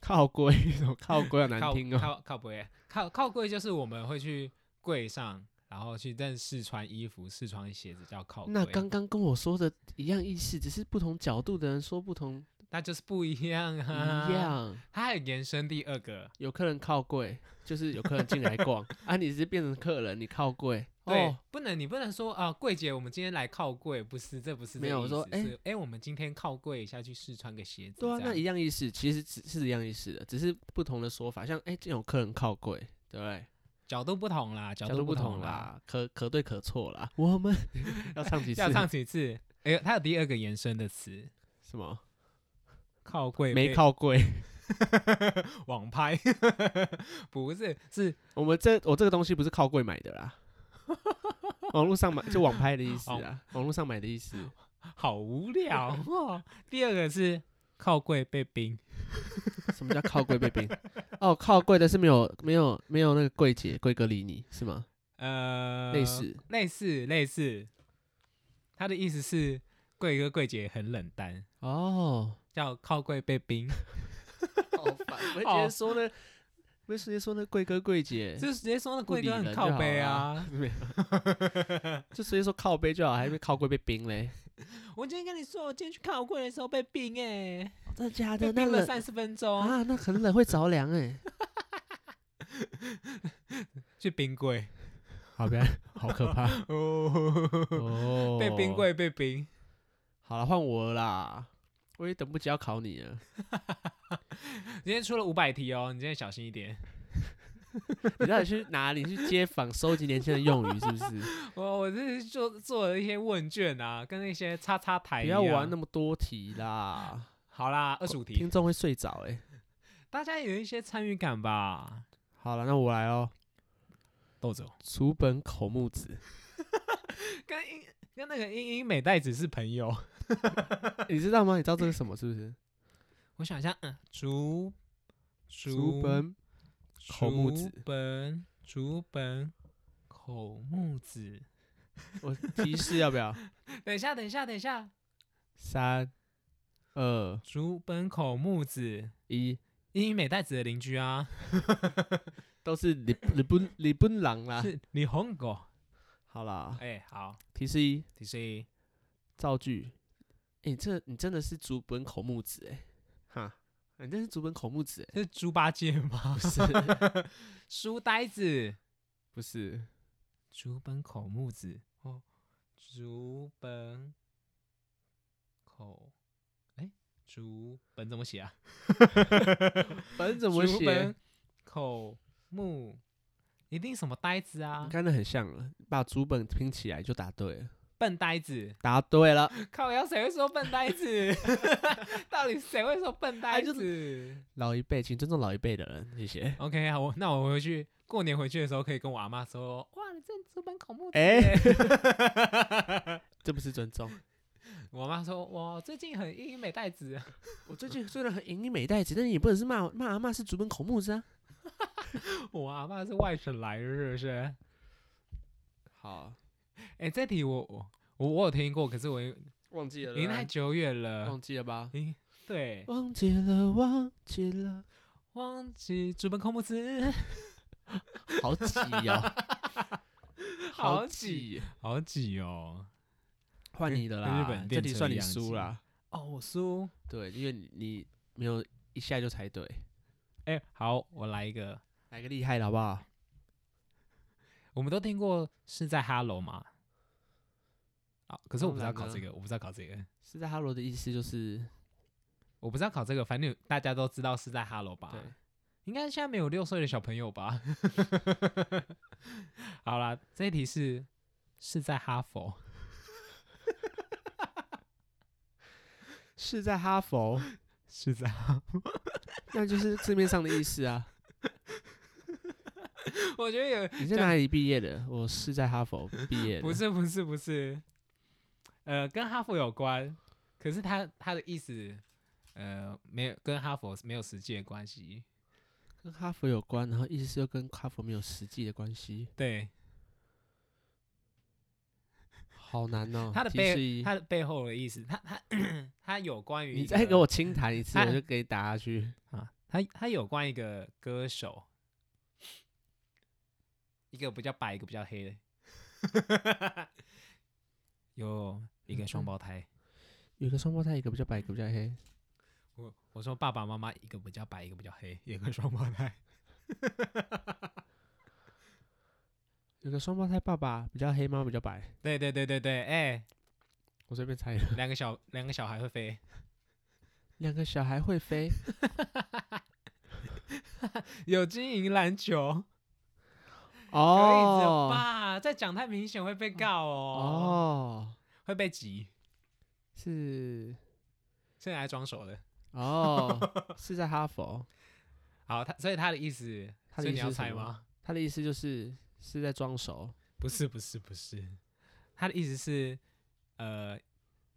Speaker 1: 靠柜，靠柜好难
Speaker 2: 靠
Speaker 1: 听哦。
Speaker 2: 靠靠不会，靠靠柜就是我们会去柜上，然后去认试穿衣服、试穿鞋子叫靠柜。
Speaker 1: 那刚刚跟我说的一样意思，只是不同角度的人说不同
Speaker 2: 那就是不一样
Speaker 1: 一
Speaker 2: 啊，。
Speaker 1: 样。
Speaker 2: 它还有延伸第二个，
Speaker 1: 有客人靠柜，就是有客人进来 逛啊，你只是变成客人，你靠柜。
Speaker 2: 对，
Speaker 1: 哦，
Speaker 2: 不能你不能说啊，柜姐，我们今天来靠柜，不是这不是这
Speaker 1: 没有我说
Speaker 2: 哎
Speaker 1: 哎
Speaker 2: 哎、诶我们今天靠柜一下去试穿个鞋子。
Speaker 1: 对啊，
Speaker 2: 这
Speaker 1: 那
Speaker 2: 样
Speaker 1: 一样意思，其实只是一样意思的，只是不同的说法。像哎，这、有客人靠柜，对不对？
Speaker 2: 角度不同啦，角
Speaker 1: 角度不
Speaker 2: 不
Speaker 1: 同
Speaker 2: 啦，
Speaker 1: 啦，可可对可错啦。我们 要唱几次？
Speaker 2: 要唱几次？哎、呦，它有第二个延伸的词，
Speaker 1: 什么？
Speaker 2: 靠柜
Speaker 1: 没
Speaker 2: 被
Speaker 1: 靠柜。
Speaker 2: 网拍， 不是是
Speaker 1: 我们这我这个东西不是靠柜买的 啦，网络上买就网拍的意思啊，网络上买的意思。
Speaker 2: 好无 聊哦。第二个是靠柜被冰，
Speaker 1: 什么叫靠柜被 冰？哦，靠柜的是没有没有没有那个柜姐柜哥理你是吗？
Speaker 2: 呃，
Speaker 1: 类似
Speaker 2: 类似类似，他的意思是柜哥柜姐很冷淡，
Speaker 1: 哦。
Speaker 2: 叫靠柜被 冰，
Speaker 1: 好哦烦！我今天说呢，我直接说那贵哥贵姐，
Speaker 2: 就直接说那
Speaker 1: 不
Speaker 2: 柜
Speaker 1: 理
Speaker 2: 哥
Speaker 1: 人
Speaker 2: 很
Speaker 1: 就
Speaker 2: 靠
Speaker 1: 好
Speaker 2: 背
Speaker 1: 啦
Speaker 2: 啊。
Speaker 1: 就直接说靠背就好，还没靠柜被冰嘞。
Speaker 2: 我今天跟你说，我今天去靠柜的时候被冰哎、
Speaker 1: 真的假
Speaker 2: 被
Speaker 1: 的？啊那
Speaker 2: 冰了
Speaker 1: 冷
Speaker 2: 三十分钟，
Speaker 1: 啊，那很冷会着凉哎。
Speaker 2: 去冰 柜
Speaker 1: 好，不要，好可 怕
Speaker 2: 哦，
Speaker 1: 哦
Speaker 2: 被冰。柜被冰。
Speaker 1: 好了，换我啦，我也等不及要考你了。
Speaker 2: 今天出了五百题哦，你今天小心一点。
Speaker 1: 你到底去哪里去街访收集年轻人用语是 不是？
Speaker 2: 哦我我这是做做了一些问卷啊，跟那些叉叉台
Speaker 1: 不
Speaker 2: 一
Speaker 1: 要
Speaker 2: 样。
Speaker 1: 玩那么多题 啦，
Speaker 2: 好啦，二十五题
Speaker 1: 听，众会睡着哎。
Speaker 2: 大家有一些参与感吧。
Speaker 1: 好了，那我来哦。
Speaker 2: 豆总
Speaker 1: 竹本口木子，
Speaker 2: 跟英跟那个英英美代子是朋友。
Speaker 1: 你知道吗？你知道这是什么是不是？
Speaker 2: 我想一下，嗯，竹
Speaker 1: 竹本口木子
Speaker 2: 竹本竹本口木子。
Speaker 1: 我提示要不要？
Speaker 2: 等一下，等一下，等一下，
Speaker 1: 三、二、
Speaker 2: 竹本口木子，
Speaker 1: 一，
Speaker 2: 英英美代子的邻居啊，
Speaker 1: 都是日日本日本狼啦。
Speaker 2: 是李啊红狗。
Speaker 1: 好啦，
Speaker 2: 哎、好，
Speaker 1: 提示一，
Speaker 2: 提示一
Speaker 1: 造句。哎、这你真的是竹本口木子哎、哈，你真是竹本口木 子哎、
Speaker 2: 这是猪八戒 吗？
Speaker 1: 不是
Speaker 2: 书呆子。
Speaker 1: 不是，
Speaker 2: 竹本口木子哦，竹本口，哎、竹本怎么写啊？
Speaker 1: 本怎么
Speaker 2: 竹
Speaker 1: 写
Speaker 2: 本？口木，一定什么呆子
Speaker 1: 你
Speaker 2: 啊？
Speaker 1: 看的很像了，把竹本拼起来就答对了。
Speaker 2: 笨呆子，
Speaker 1: 答对 了，
Speaker 2: 靠腰谁会说笨呆 子？到底谁会说笨呆
Speaker 1: 就
Speaker 2: 子
Speaker 1: 老一辈，请尊重老一辈的人，谢谢。
Speaker 2: ？OK 啊，我那我回去过年回去的时候可以跟我阿妈说，哇，你真的足本恐怖。
Speaker 1: 哎、 这不是尊重。
Speaker 2: 我阿妈说，我最近很英美带子，
Speaker 1: 我最近虽然很赢你美代子，但是你不能是骂骂阿妈是竹本口木子啊。
Speaker 2: 我阿妈是外省来的，是不是？
Speaker 1: 好，
Speaker 2: 哎、这题我我我我有听过，可是我
Speaker 1: 忘记了
Speaker 2: 已经太久远了
Speaker 1: 忘。记了吧？
Speaker 2: 咦，对，
Speaker 1: 忘记了，忘记了，
Speaker 2: 忘记主本空木子，
Speaker 1: 好挤 哦，
Speaker 2: 好挤，
Speaker 1: 挤。
Speaker 2: 好挤哦。
Speaker 1: 换你的
Speaker 2: 跟
Speaker 1: 啦，
Speaker 2: 日本
Speaker 1: 这
Speaker 2: 电
Speaker 1: 题
Speaker 2: 车
Speaker 1: 算
Speaker 2: 一
Speaker 1: 你
Speaker 2: 样
Speaker 1: 输
Speaker 2: 挤
Speaker 1: 啦。
Speaker 2: 哦，我输。
Speaker 1: 对，因为你你没有一下就猜对，
Speaker 2: 哎、好，我来一个。
Speaker 1: 来个厉害的好不好？
Speaker 2: 我们都听过是在哈喽嘛？啊，可是我不知道
Speaker 1: 当然
Speaker 2: 考
Speaker 1: 啊
Speaker 2: 这个，我不知道考这个，
Speaker 1: 是在哈罗的意思就是
Speaker 2: 我不知道考这个。反正大家都知道是在哈喽吧？
Speaker 1: 对，
Speaker 2: 应该现在没有六岁的小朋友 吧？好啦，这一题是是在哈佛，
Speaker 1: 是在哈佛，
Speaker 2: 是在
Speaker 1: 那就是字面上的意思啊。
Speaker 2: 我觉得
Speaker 1: 你在哪里毕业的？我是在哈佛 毕业的。
Speaker 2: 有不是不是不是，呃，跟哈佛有关，可是他他的意思，呃，没有跟哈佛没有实际的关系。
Speaker 1: 跟哈佛有关，然后意思又跟哈佛没有实际的关系，
Speaker 2: 对，
Speaker 1: 好难哦。
Speaker 2: 他的
Speaker 1: 提示
Speaker 2: 背
Speaker 1: 一
Speaker 2: 他的背后的意思，他他他有关于
Speaker 1: 你
Speaker 2: 一
Speaker 1: 再
Speaker 2: 个
Speaker 1: 给我清谈一次，
Speaker 2: 他
Speaker 1: 我就给你打下去。
Speaker 2: 啊，他他有关一个歌手，一个比较白，一个比较黑的，有一个双胞胎。
Speaker 1: 有一个双胞胎，一个比较白，一个比较黑。
Speaker 2: 我我说爸爸妈妈一个比较白，一个比较黑，有个双胞胎。
Speaker 1: 有个双胞胎爸爸比较黑，妈妈比较白。
Speaker 2: 对对对对对，哎、
Speaker 1: 我随便猜的。
Speaker 2: 两个小两个小孩会飞，
Speaker 1: 两个小孩会 飞，
Speaker 2: 有经营篮球，可以的
Speaker 1: 哦
Speaker 2: 吧？再讲太明显会被告哦，
Speaker 1: 哦，
Speaker 2: 会被挤。
Speaker 1: 是
Speaker 2: 现在还装熟的，
Speaker 1: 哦，是在哈佛。
Speaker 2: 好，他所以他的意思，
Speaker 1: 他的
Speaker 2: 所以
Speaker 1: 意
Speaker 2: 你
Speaker 1: 思
Speaker 2: 要
Speaker 1: 是什
Speaker 2: 猜
Speaker 1: 么
Speaker 2: 吗？
Speaker 1: 他的意思就是是在装熟，
Speaker 2: 不是不是不是，他的意思是，呃，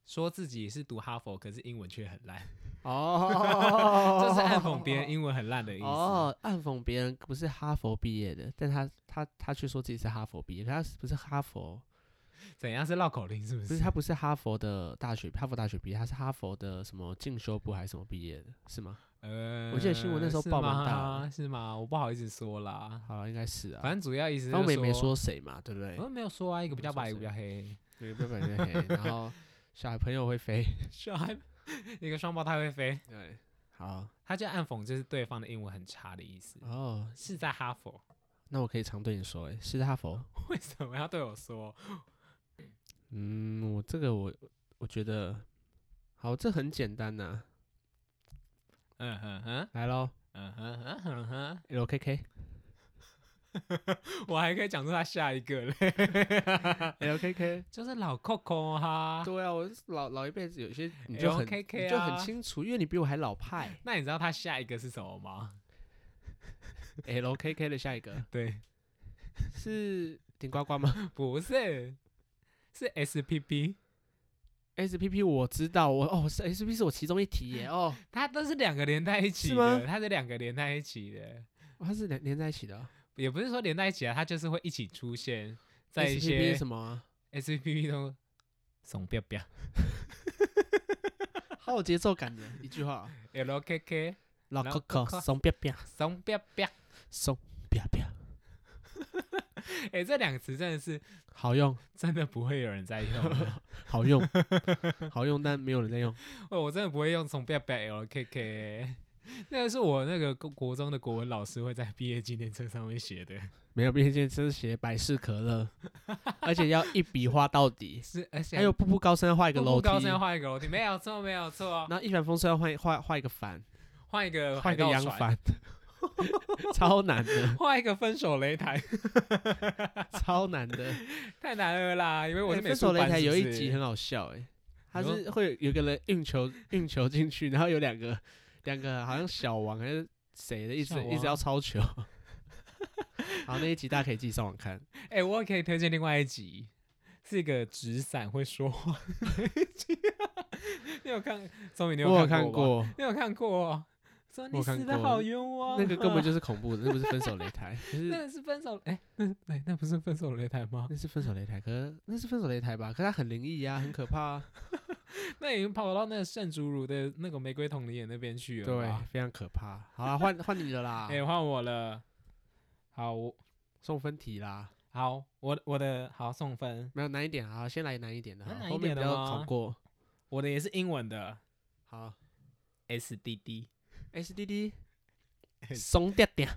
Speaker 2: 说自己是读哈佛，可是英文却很 烂，
Speaker 1: 哦
Speaker 2: 就是暗讽别人英文很烂的意思。
Speaker 1: 哦，暗讽别人不是哈佛毕业的，但他他他却说自己是哈佛毕业，可他不是哈佛，
Speaker 2: 怎样是绕口令？是不
Speaker 1: 不
Speaker 2: 是？
Speaker 1: 是他不是哈佛的大学，哈佛大学毕业，他是哈佛的什么进修部还是什么毕业的，是吗？
Speaker 2: 呃，
Speaker 1: 我记得新闻那时候
Speaker 2: 是
Speaker 1: 报蛮
Speaker 2: 吗
Speaker 1: 大
Speaker 2: 是吗？我不好意思说啦，
Speaker 1: 好了，应该是啊，
Speaker 2: 反正主要意思
Speaker 1: 反
Speaker 2: 是，
Speaker 1: 正我们也没，说谁嘛，对不对
Speaker 2: 我？们没有说啊，一个
Speaker 1: 我
Speaker 2: 比
Speaker 1: 没
Speaker 2: 较
Speaker 1: 说
Speaker 2: 白，一个比
Speaker 1: 谁
Speaker 2: 较黑，
Speaker 1: 对，不然就黑，然 后小朋友会飞，
Speaker 2: 小孩一个双胞胎会飞，
Speaker 1: 对，好，
Speaker 2: 他就暗讽就是对方的英文很差的意思，
Speaker 1: 哦，
Speaker 2: 是在哈佛，
Speaker 1: 那我可以常对你说，哎，是哈佛，
Speaker 2: 为什么要对我说？
Speaker 1: 嗯，我这个我我觉得，好，这很简单呐、
Speaker 2: 嗯哼哼，
Speaker 1: 来喽
Speaker 2: 嗯哼哼哼哼。
Speaker 1: ，L K K
Speaker 2: 我还可以讲出他下一个嘞， 哎
Speaker 1: L K K，
Speaker 2: 就是老 Coco 哈。
Speaker 1: 对啊，我是老老一辈子有些你就很
Speaker 2: LKK
Speaker 1: 你就
Speaker 2: 啊。
Speaker 1: 很清楚，因为你比我还老派
Speaker 2: 那你知道他下一个是什么吗？
Speaker 1: L K K 的下一 个
Speaker 2: 对，
Speaker 1: 是顶呱呱吗
Speaker 2: 不是，是 SPP，
Speaker 1: ？S P P 我知道，我哦是 S P 是我其中一题耶，哦，
Speaker 2: 它都是两个连在一起
Speaker 1: 是吗
Speaker 2: 的，它是两个连在一起的，
Speaker 1: 它是连连在一起的哦、
Speaker 2: 也不是说连在一起啊，它就是会一起出现在
Speaker 1: 哦
Speaker 2: 一
Speaker 1: S P P
Speaker 2: 些
Speaker 1: 是什么、啊？
Speaker 2: SPP 中。 怂彪彪
Speaker 1: 好有节奏感的一句 话，啊
Speaker 2: ，LKK，
Speaker 1: 老
Speaker 2: 老
Speaker 1: Coco
Speaker 2: Coco
Speaker 1: 松彪彪
Speaker 2: 怂彪彪，
Speaker 1: 松彪彪，
Speaker 2: 哎、这两个词真的是
Speaker 1: 好用
Speaker 2: 真的不会有人在用 了，
Speaker 1: 好用好用，但没有人在用。
Speaker 2: 哦我真的不会用怂彪彪 LKK，欸那个是我那个国国中的国文老师会在毕业纪念册上面写的。。
Speaker 1: 没有，毕竟这是写百事可乐，而且要一笔画到底
Speaker 2: 是，而且
Speaker 1: 还有步步高升要画一个
Speaker 2: 步
Speaker 1: 楼
Speaker 2: 步
Speaker 1: 梯，
Speaker 2: 高升要换一个楼梯，没有错，没有错，
Speaker 1: 然后一帆风顺要画画画一个帆，
Speaker 2: 换一个
Speaker 1: 画
Speaker 2: 呃海
Speaker 1: 一个
Speaker 2: 盗
Speaker 1: 扬
Speaker 2: 船，
Speaker 1: 帆， 超难的，
Speaker 2: 画一个分手擂台，
Speaker 1: 超难的。
Speaker 2: 太难了啦！因为 我
Speaker 1: 欸
Speaker 2: 是美
Speaker 1: 分
Speaker 2: 术
Speaker 1: 手擂
Speaker 2: 班
Speaker 1: 台
Speaker 2: 是
Speaker 1: 有
Speaker 2: 不
Speaker 1: 一集
Speaker 2: 是
Speaker 1: 很好笑哎、他
Speaker 2: 你说
Speaker 1: 是会有一个人运球运球进去， 然后有两个两个好像小王还是谁的，一直
Speaker 2: 小
Speaker 1: 一直要
Speaker 2: 王
Speaker 1: 抄球。 好，那一集大家可以自己上网看。
Speaker 2: 哎、我也可以推荐另外一集，是一个纸伞会说话的一集。 你有看？聪明， 你
Speaker 1: 我有
Speaker 2: 有
Speaker 1: 看
Speaker 2: 过吗？
Speaker 1: 过，
Speaker 2: 你有看过？哦说
Speaker 1: 有
Speaker 2: 你
Speaker 1: 看
Speaker 2: 死的
Speaker 1: 过
Speaker 2: 好冤枉啊，
Speaker 1: 那个根本就是恐怖的，那不是分手擂台，可
Speaker 2: 那
Speaker 1: 是
Speaker 2: 个是分手，哎、那那、那不是分手擂台 吗？
Speaker 1: 那是分手擂台，可是那是分手擂台吧？可它很灵异啊，很可怕、啊，
Speaker 2: 那已经跑到那个圣竹如的那个玫瑰桶里眼那边去了
Speaker 1: 对
Speaker 2: 吧。，
Speaker 1: 非常可怕。好啦，换换你的啦，
Speaker 2: 哎、换我了。好，我
Speaker 1: 送分题啦，
Speaker 2: 好，我我的好送分，
Speaker 1: 没有难一点啊，先来难一点的
Speaker 2: 那
Speaker 1: 好，
Speaker 2: 难
Speaker 1: 后
Speaker 2: 一
Speaker 1: 面
Speaker 2: 点
Speaker 1: 不
Speaker 2: 的
Speaker 1: 要
Speaker 2: 吗
Speaker 1: 考过。
Speaker 2: 我的也是英文的
Speaker 1: 好
Speaker 2: S D D。
Speaker 1: ，S D D，松掉掉。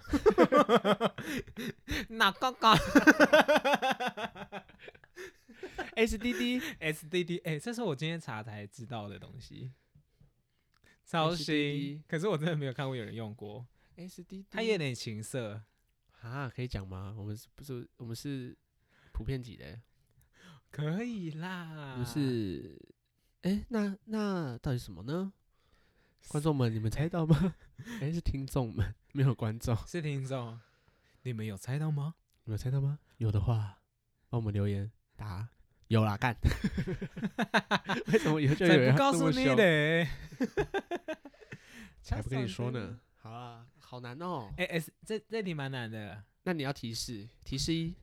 Speaker 2: 那刚刚
Speaker 1: S D D，
Speaker 2: S D D，哎，这是我今天查才知道的东西，超
Speaker 1: SDD
Speaker 2: 新。可是我真的没有看过有人用过，
Speaker 1: S D D，
Speaker 2: 它有点情色。
Speaker 1: 啊，可以讲吗？我们是不是我们是普遍级的、
Speaker 2: 可以啦，
Speaker 1: 不是？哎、那那到底什么呢？观众们，你们猜到吗？哎、是听众们，没有观众，
Speaker 2: 是听众，你们有猜到吗？
Speaker 1: 你们猜到吗？有的话，帮我们留言答。有啦， 干！为什么以后就有
Speaker 2: 才
Speaker 1: 人
Speaker 2: 不
Speaker 1: 要
Speaker 2: 告
Speaker 1: 这
Speaker 2: 诉
Speaker 1: 么
Speaker 2: 你
Speaker 1: 凶？
Speaker 2: 嘞，
Speaker 1: 才不跟你说 呢。好啊，好难哦。
Speaker 2: 哎、s 这这题蛮难的。
Speaker 1: 那你要提示，提示一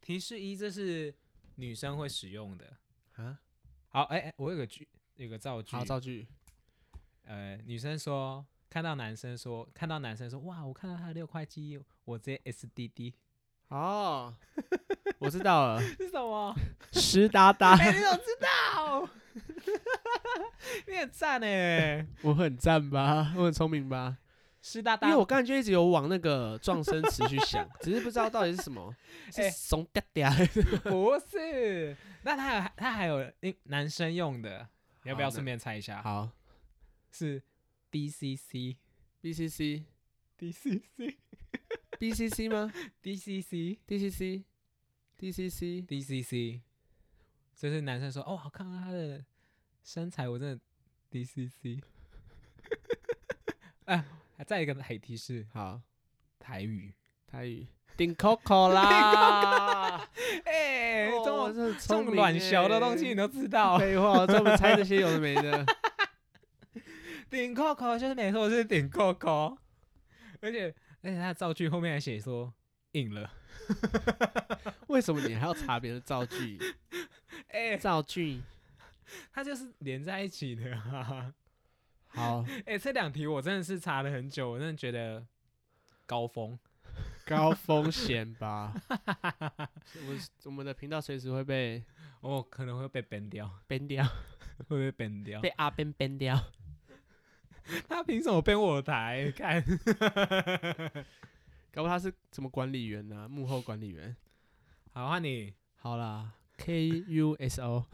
Speaker 2: 提示一，这是女生会使用的。
Speaker 1: 啊，
Speaker 2: 好，哎、哎，我有个句，有个造句，
Speaker 1: 好造句。
Speaker 2: 呃，女生说看到男生说看到男生说哇，我看到他的六块肌，我直接 S D D
Speaker 1: 哦， 我知道了，
Speaker 2: 是什么？
Speaker 1: 湿哒哒。
Speaker 2: 哎、你怎么知道？ 你很赞哎，
Speaker 1: 我很赞吧，我很聪明吧？
Speaker 2: 湿哒
Speaker 1: 因
Speaker 2: 哒
Speaker 1: 为我刚才就一直有往那个撞声词去想， 只是不知道到底是什 么，是
Speaker 2: 哎
Speaker 1: 怂嗲嗲还是？
Speaker 2: 不是。那他有他还有另男生用的，你要不
Speaker 1: 好
Speaker 2: 要
Speaker 1: 那
Speaker 2: 顺便猜一下？
Speaker 1: 好
Speaker 2: 是 D C C
Speaker 1: ，B C C
Speaker 2: D C C
Speaker 1: B C C 吗
Speaker 2: D C C
Speaker 1: ？D C C D C C
Speaker 2: D C C，就是男生说哦，好看到他的身材，我真的 D C C。啊，还再一个海提示，
Speaker 1: 好，
Speaker 2: 台语。
Speaker 1: 台语顶 Coco 啦，
Speaker 2: 哎、
Speaker 1: 哦
Speaker 2: 这么
Speaker 1: 我真的
Speaker 2: 这
Speaker 1: 聪
Speaker 2: 种
Speaker 1: 明
Speaker 2: 卵小的东西你
Speaker 1: 欸
Speaker 2: 都知道。
Speaker 1: 废话，我专门猜这些有的没的。
Speaker 2: 顶 Coco 就是没错，是顶 Coco。而且而且他的造句后面还写说硬了。
Speaker 1: 为什么你还要查别人的造句？
Speaker 2: 哎、
Speaker 1: 造句
Speaker 2: 他就是连在一起的、啊。
Speaker 1: 好
Speaker 2: 哎、这两题我真的是查了很久，我真的觉得高峰。
Speaker 1: 高风险 吧？我我们的频道随时会被
Speaker 2: 我哦可能会被 ban 掉，
Speaker 1: ban 掉，
Speaker 2: 会被 ban 掉
Speaker 1: 被。阿 ban ban 掉。
Speaker 2: 他凭什么 ban 我的台？看，
Speaker 1: 搞不好他是什么管理员呐、幕后管理员。
Speaker 2: 好换你。
Speaker 1: 好啦，K U S O，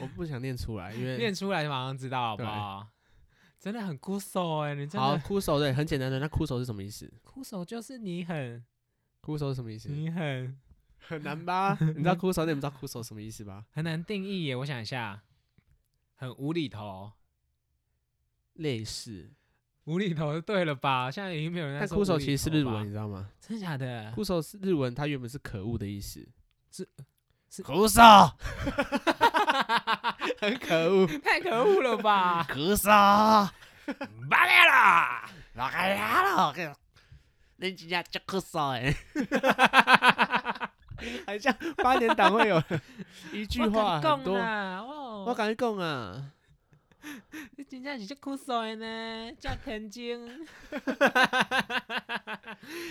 Speaker 1: 我不想 念出来，因为
Speaker 2: 念出来就马上知道好不
Speaker 1: 对
Speaker 2: 好？真的很酷手哎、你真
Speaker 1: 好
Speaker 2: 的
Speaker 1: 枯手对，很简单的。那枯手是什么意思？
Speaker 2: 酷手就是你很
Speaker 1: 枯手是什么意思？
Speaker 2: 你很
Speaker 1: 很难吧？你知道枯手，那你们知道枯手什么意思吧？
Speaker 2: 很难定义耶。我想一下，很无厘头，
Speaker 1: 类似，
Speaker 2: 无厘头就对了吧？现在已经没有人在
Speaker 1: 但
Speaker 2: 说
Speaker 1: 枯手
Speaker 2: 无厘
Speaker 1: 其实是
Speaker 2: 头
Speaker 1: 日
Speaker 2: 吧
Speaker 1: 文，你，知道吗？
Speaker 2: 真的假 的？
Speaker 1: 枯手是日文，它原本是可恶的意思。
Speaker 2: 是是
Speaker 1: 枯手，很可恶，！
Speaker 2: 太可恶了吧
Speaker 1: 枯手。
Speaker 2: 巴列啦！
Speaker 1: 老开呀了，恁真正足酷爽诶！好像八年档会有 一 句话很多。
Speaker 2: 啊我
Speaker 1: 我
Speaker 2: 讲，
Speaker 1: 跟你讲啊，
Speaker 2: 哦你真正是这酷手的呢，叫天津，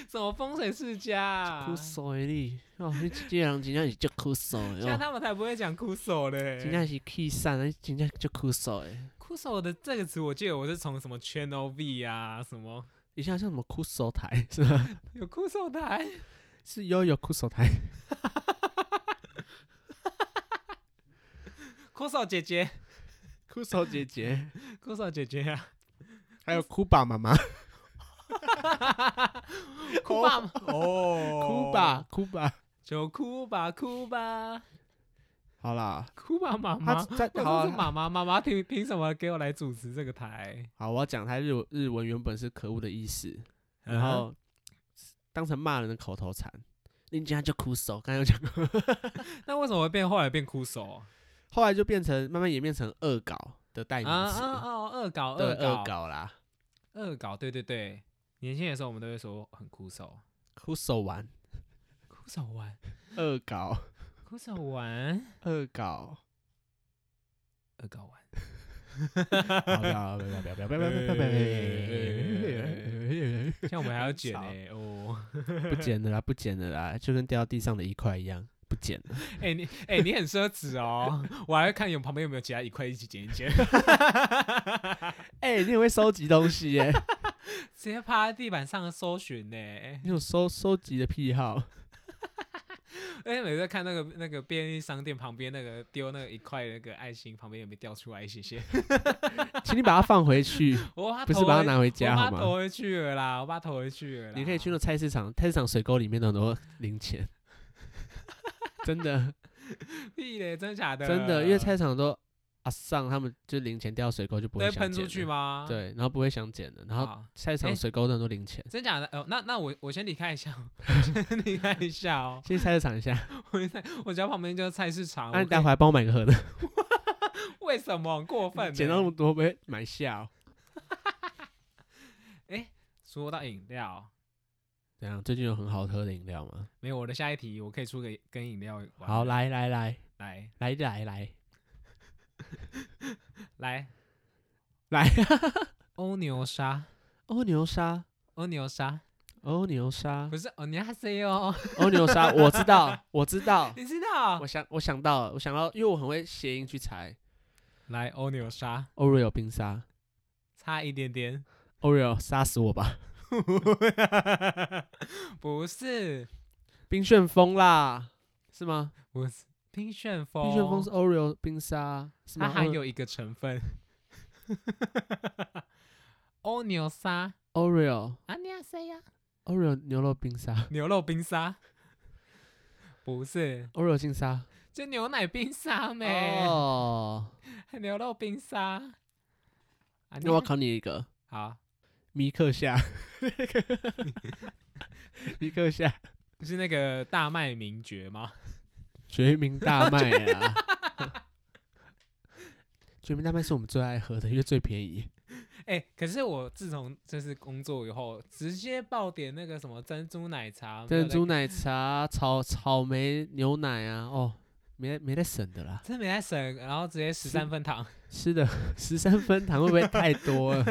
Speaker 2: 什么风水世家、啊？
Speaker 1: 酷爽诶你，哦，你这个人真正是足酷爽诶
Speaker 2: 像
Speaker 1: 哦，
Speaker 2: 他们才不会讲酷手嘞。
Speaker 1: 真正是气散，你真正足酷爽诶。
Speaker 2: 酷手的这个词，我记得我是从什么 Channel V 啊，什么
Speaker 1: 以前好像什么酷手台是 吧？
Speaker 2: 有酷手台，
Speaker 1: 是悠悠酷手台，
Speaker 2: 酷手姐姐，
Speaker 1: 酷手姐姐，
Speaker 2: 酷手姐姐啊，
Speaker 1: 还有酷爸妈妈，
Speaker 2: 哭吧，
Speaker 3: 哦，
Speaker 1: 酷爸酷爸，
Speaker 2: 就哭吧，哭吧，
Speaker 1: 好啦，
Speaker 2: 哭吧，妈
Speaker 1: 他
Speaker 2: 妈。
Speaker 1: 他
Speaker 2: 我
Speaker 1: 好啊
Speaker 2: 说是妈妈，妈妈凭凭什么给我来主持这个台？
Speaker 1: 好，我要讲他日文日文原本是可恶的意思，
Speaker 2: 嗯
Speaker 1: 然后当成骂人的口头禅。人家就哭手，刚才有讲过，
Speaker 2: 那为什么会变后来变哭手？
Speaker 1: 后来就变成慢慢演变成恶搞的代
Speaker 2: 啊
Speaker 1: 名词，
Speaker 2: 啊哦，恶搞，
Speaker 1: 对
Speaker 2: 恶
Speaker 1: 恶
Speaker 2: 搞，
Speaker 1: 搞啦，
Speaker 2: 恶搞，对对对。年轻的时候我们都会说很哭手，
Speaker 1: 哭手玩，
Speaker 2: 哭手玩，
Speaker 1: 恶搞，
Speaker 2: 哭手玩，
Speaker 1: 恶搞，
Speaker 2: 恶搞玩。
Speaker 1: 好 不要不要不要不要不要不要不要不要！
Speaker 2: 像我们还要剪哎、哦，
Speaker 1: 不捡了啦，不捡了啦，就跟掉到地上的一块一样，不捡了。
Speaker 2: 哎、你哎、你很奢侈哦，我还要看有旁边有没有其他一块一起剪一剪，
Speaker 1: 哎、你很会收集东西耶、
Speaker 2: 直接趴在地板上搜寻呢、
Speaker 1: 你有收收集的癖好。
Speaker 2: 而且哎每次看那个那个便利商店旁边那个丢那个一块那个爱心，旁边有没有掉出爱心 谢谢。
Speaker 1: 请你把它放回去，
Speaker 2: 我把它
Speaker 1: 不是
Speaker 2: 投
Speaker 1: 把它
Speaker 2: 回
Speaker 1: 拿回家
Speaker 2: 我把
Speaker 1: 好
Speaker 2: 它投
Speaker 1: 吗？
Speaker 2: 回去了啦，我把它投回去了啦。
Speaker 1: 你可以去那菜市场，菜市场水沟里面都有很多零 钱，真的
Speaker 2: 屁嘞，真的假的？
Speaker 1: 真的，因为菜市场都阿上他们就零钱掉水沟就不
Speaker 2: 对
Speaker 1: 会想
Speaker 2: 喷
Speaker 1: 捡
Speaker 2: 出去
Speaker 1: 了？
Speaker 2: 吗？
Speaker 1: 对，然后不会想捡的，然后
Speaker 2: 好，
Speaker 1: 菜市场
Speaker 2: 哎
Speaker 1: 水沟都很多零钱。
Speaker 2: 真假的？哦，那那我我先离开一 下哦，我先离开一下哦。
Speaker 1: 去菜市场一下，
Speaker 2: 我在我家旁边就是菜市场，
Speaker 1: 那、
Speaker 2: 我
Speaker 1: 你待
Speaker 2: 可
Speaker 1: 会来帮我买个盒子，
Speaker 2: 以 为什么很过分呢？欸
Speaker 1: 捡到那么多会不会买下、哦？
Speaker 2: 说到饮料，
Speaker 1: 怎样？最近有很好喝的饮料吗？
Speaker 2: 没有我的下一题，我可以出个跟饮料有关
Speaker 1: 好，
Speaker 2: 的
Speaker 1: 来来来
Speaker 2: 来
Speaker 1: 来来来
Speaker 2: 来
Speaker 1: 来，
Speaker 2: 欧牛沙，
Speaker 1: 欧牛沙，
Speaker 2: 欧牛沙
Speaker 1: 欧牛沙
Speaker 2: 不，是哦，你还 C 哦，
Speaker 1: 欧牛沙，我知道，我知道，
Speaker 2: 你知道？
Speaker 1: 我想我想到了，我想到，因为我很会谐音去猜
Speaker 2: 来欧牛沙，
Speaker 1: ，Oreo 冰沙
Speaker 2: 差一点点，
Speaker 1: ，Oreo 杀死我吧，
Speaker 2: 不是
Speaker 1: 冰旋风啦，是吗？哦
Speaker 2: 不是冰旋风，
Speaker 1: 冰旋风是 Oreo 冰沙，是
Speaker 2: 它
Speaker 1: 吗？
Speaker 2: 还啊有一个成分， 欧牛沙
Speaker 1: Oreo
Speaker 2: 啊，你还 C 呀？
Speaker 1: Oreo 牛肉冰沙
Speaker 2: 牛肉冰沙，不是，
Speaker 1: ，Oreo 金沙，
Speaker 2: 就牛奶冰沙没、
Speaker 1: 哦，
Speaker 2: 牛肉冰沙。啊，你
Speaker 1: 那我考你一个，
Speaker 2: 好，
Speaker 1: 米克夏， 米克夏，
Speaker 2: 是那个大麦名爵吗？
Speaker 1: 绝名大麦啊！ 绝名大麦是我们最爱喝的，因为最便宜。
Speaker 2: 哎、可是我自从这次工作以后，直接爆点那个什么珍珠奶茶，没有
Speaker 1: 珍
Speaker 2: 在
Speaker 1: 珠奶茶、草草莓牛奶啊，哦，没没得省的啦。
Speaker 2: 真没在省，然后直接十三分糖，
Speaker 1: 吃的十三分糖会不会太多了？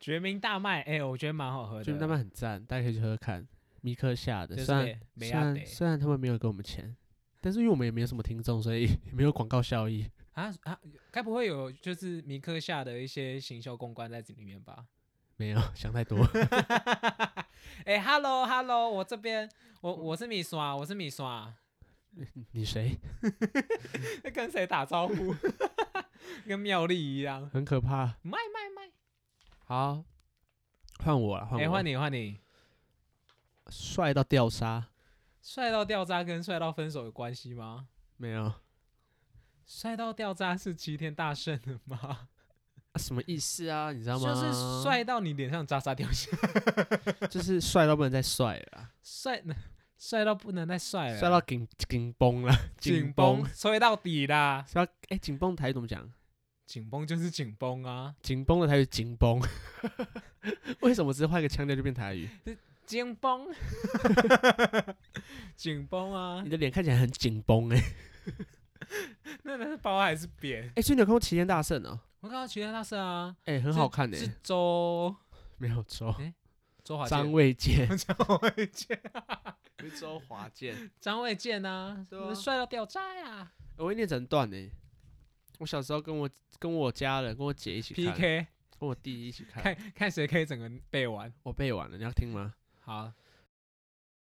Speaker 2: 决明大麦，哎、我觉得蛮好喝的。
Speaker 1: 绝名大麦很赞，大家可以去喝喝看。米克夏的，
Speaker 2: 就是
Speaker 1: 虽然
Speaker 2: 美
Speaker 1: 虽
Speaker 2: 美亚得
Speaker 1: 然虽然他们没有给我们钱，但是因为我们也没有什么听众，所以也没有广告效益。
Speaker 2: 啊啊，该不会有就是米克下的一些行销公关在这里面吧？
Speaker 1: 没有想太多，
Speaker 2: 哎、h e l l o Hello，我这边我我是米刷，我是米刷，
Speaker 1: 你谁？
Speaker 2: 在跟谁打招呼？ 跟妙丽一样。
Speaker 1: 很可怕。
Speaker 2: 卖卖卖！
Speaker 1: 好，换我了，换
Speaker 2: 哎、
Speaker 1: 我，
Speaker 2: 换你换你，
Speaker 1: 帅到掉沙，
Speaker 2: 帅到掉渣跟帅到分手有关系吗？
Speaker 1: 没有、啊
Speaker 2: 帅到掉渣是齐天大圣的吗？
Speaker 1: 什么意思啊？你知道吗？
Speaker 2: 就是，帅到你脸上渣渣掉下，
Speaker 1: 就是帅到不能再帅了 啊
Speaker 2: 帅帅到不能再帅
Speaker 1: 啦，
Speaker 2: 了，
Speaker 1: 帅到紧紧绷了，
Speaker 2: 紧绷，吹到底啦！
Speaker 1: 帅到哎，紧绷台语怎么讲？
Speaker 2: 紧绷就是紧绷啊，
Speaker 1: 紧绷的台语紧绷， 为什么只是换个腔调就变台语？
Speaker 2: 紧绷， 紧绷啊
Speaker 1: 你！的脸看起来很紧绷哎、欸、
Speaker 2: 那那是包还是扁？
Speaker 1: 哎，所以你有看过《齐天大圣》哦？
Speaker 2: 我看到齐天大圣啊，
Speaker 1: 哎、很好看哎、
Speaker 2: 是周
Speaker 1: 没有周
Speaker 2: 周华
Speaker 1: 张
Speaker 2: 健，
Speaker 1: 卫 健，
Speaker 2: 张卫健，
Speaker 1: 周华健，
Speaker 2: 张卫健啊，
Speaker 1: 对啊
Speaker 2: 帅到掉渣呀
Speaker 1: 我会念整段哎、我小时候跟我跟我家人跟我姐一起看
Speaker 2: ！PK，
Speaker 1: 跟我弟一起看，
Speaker 2: 看看谁可以整个背完。
Speaker 1: 我背完了，你要听吗？
Speaker 2: 好，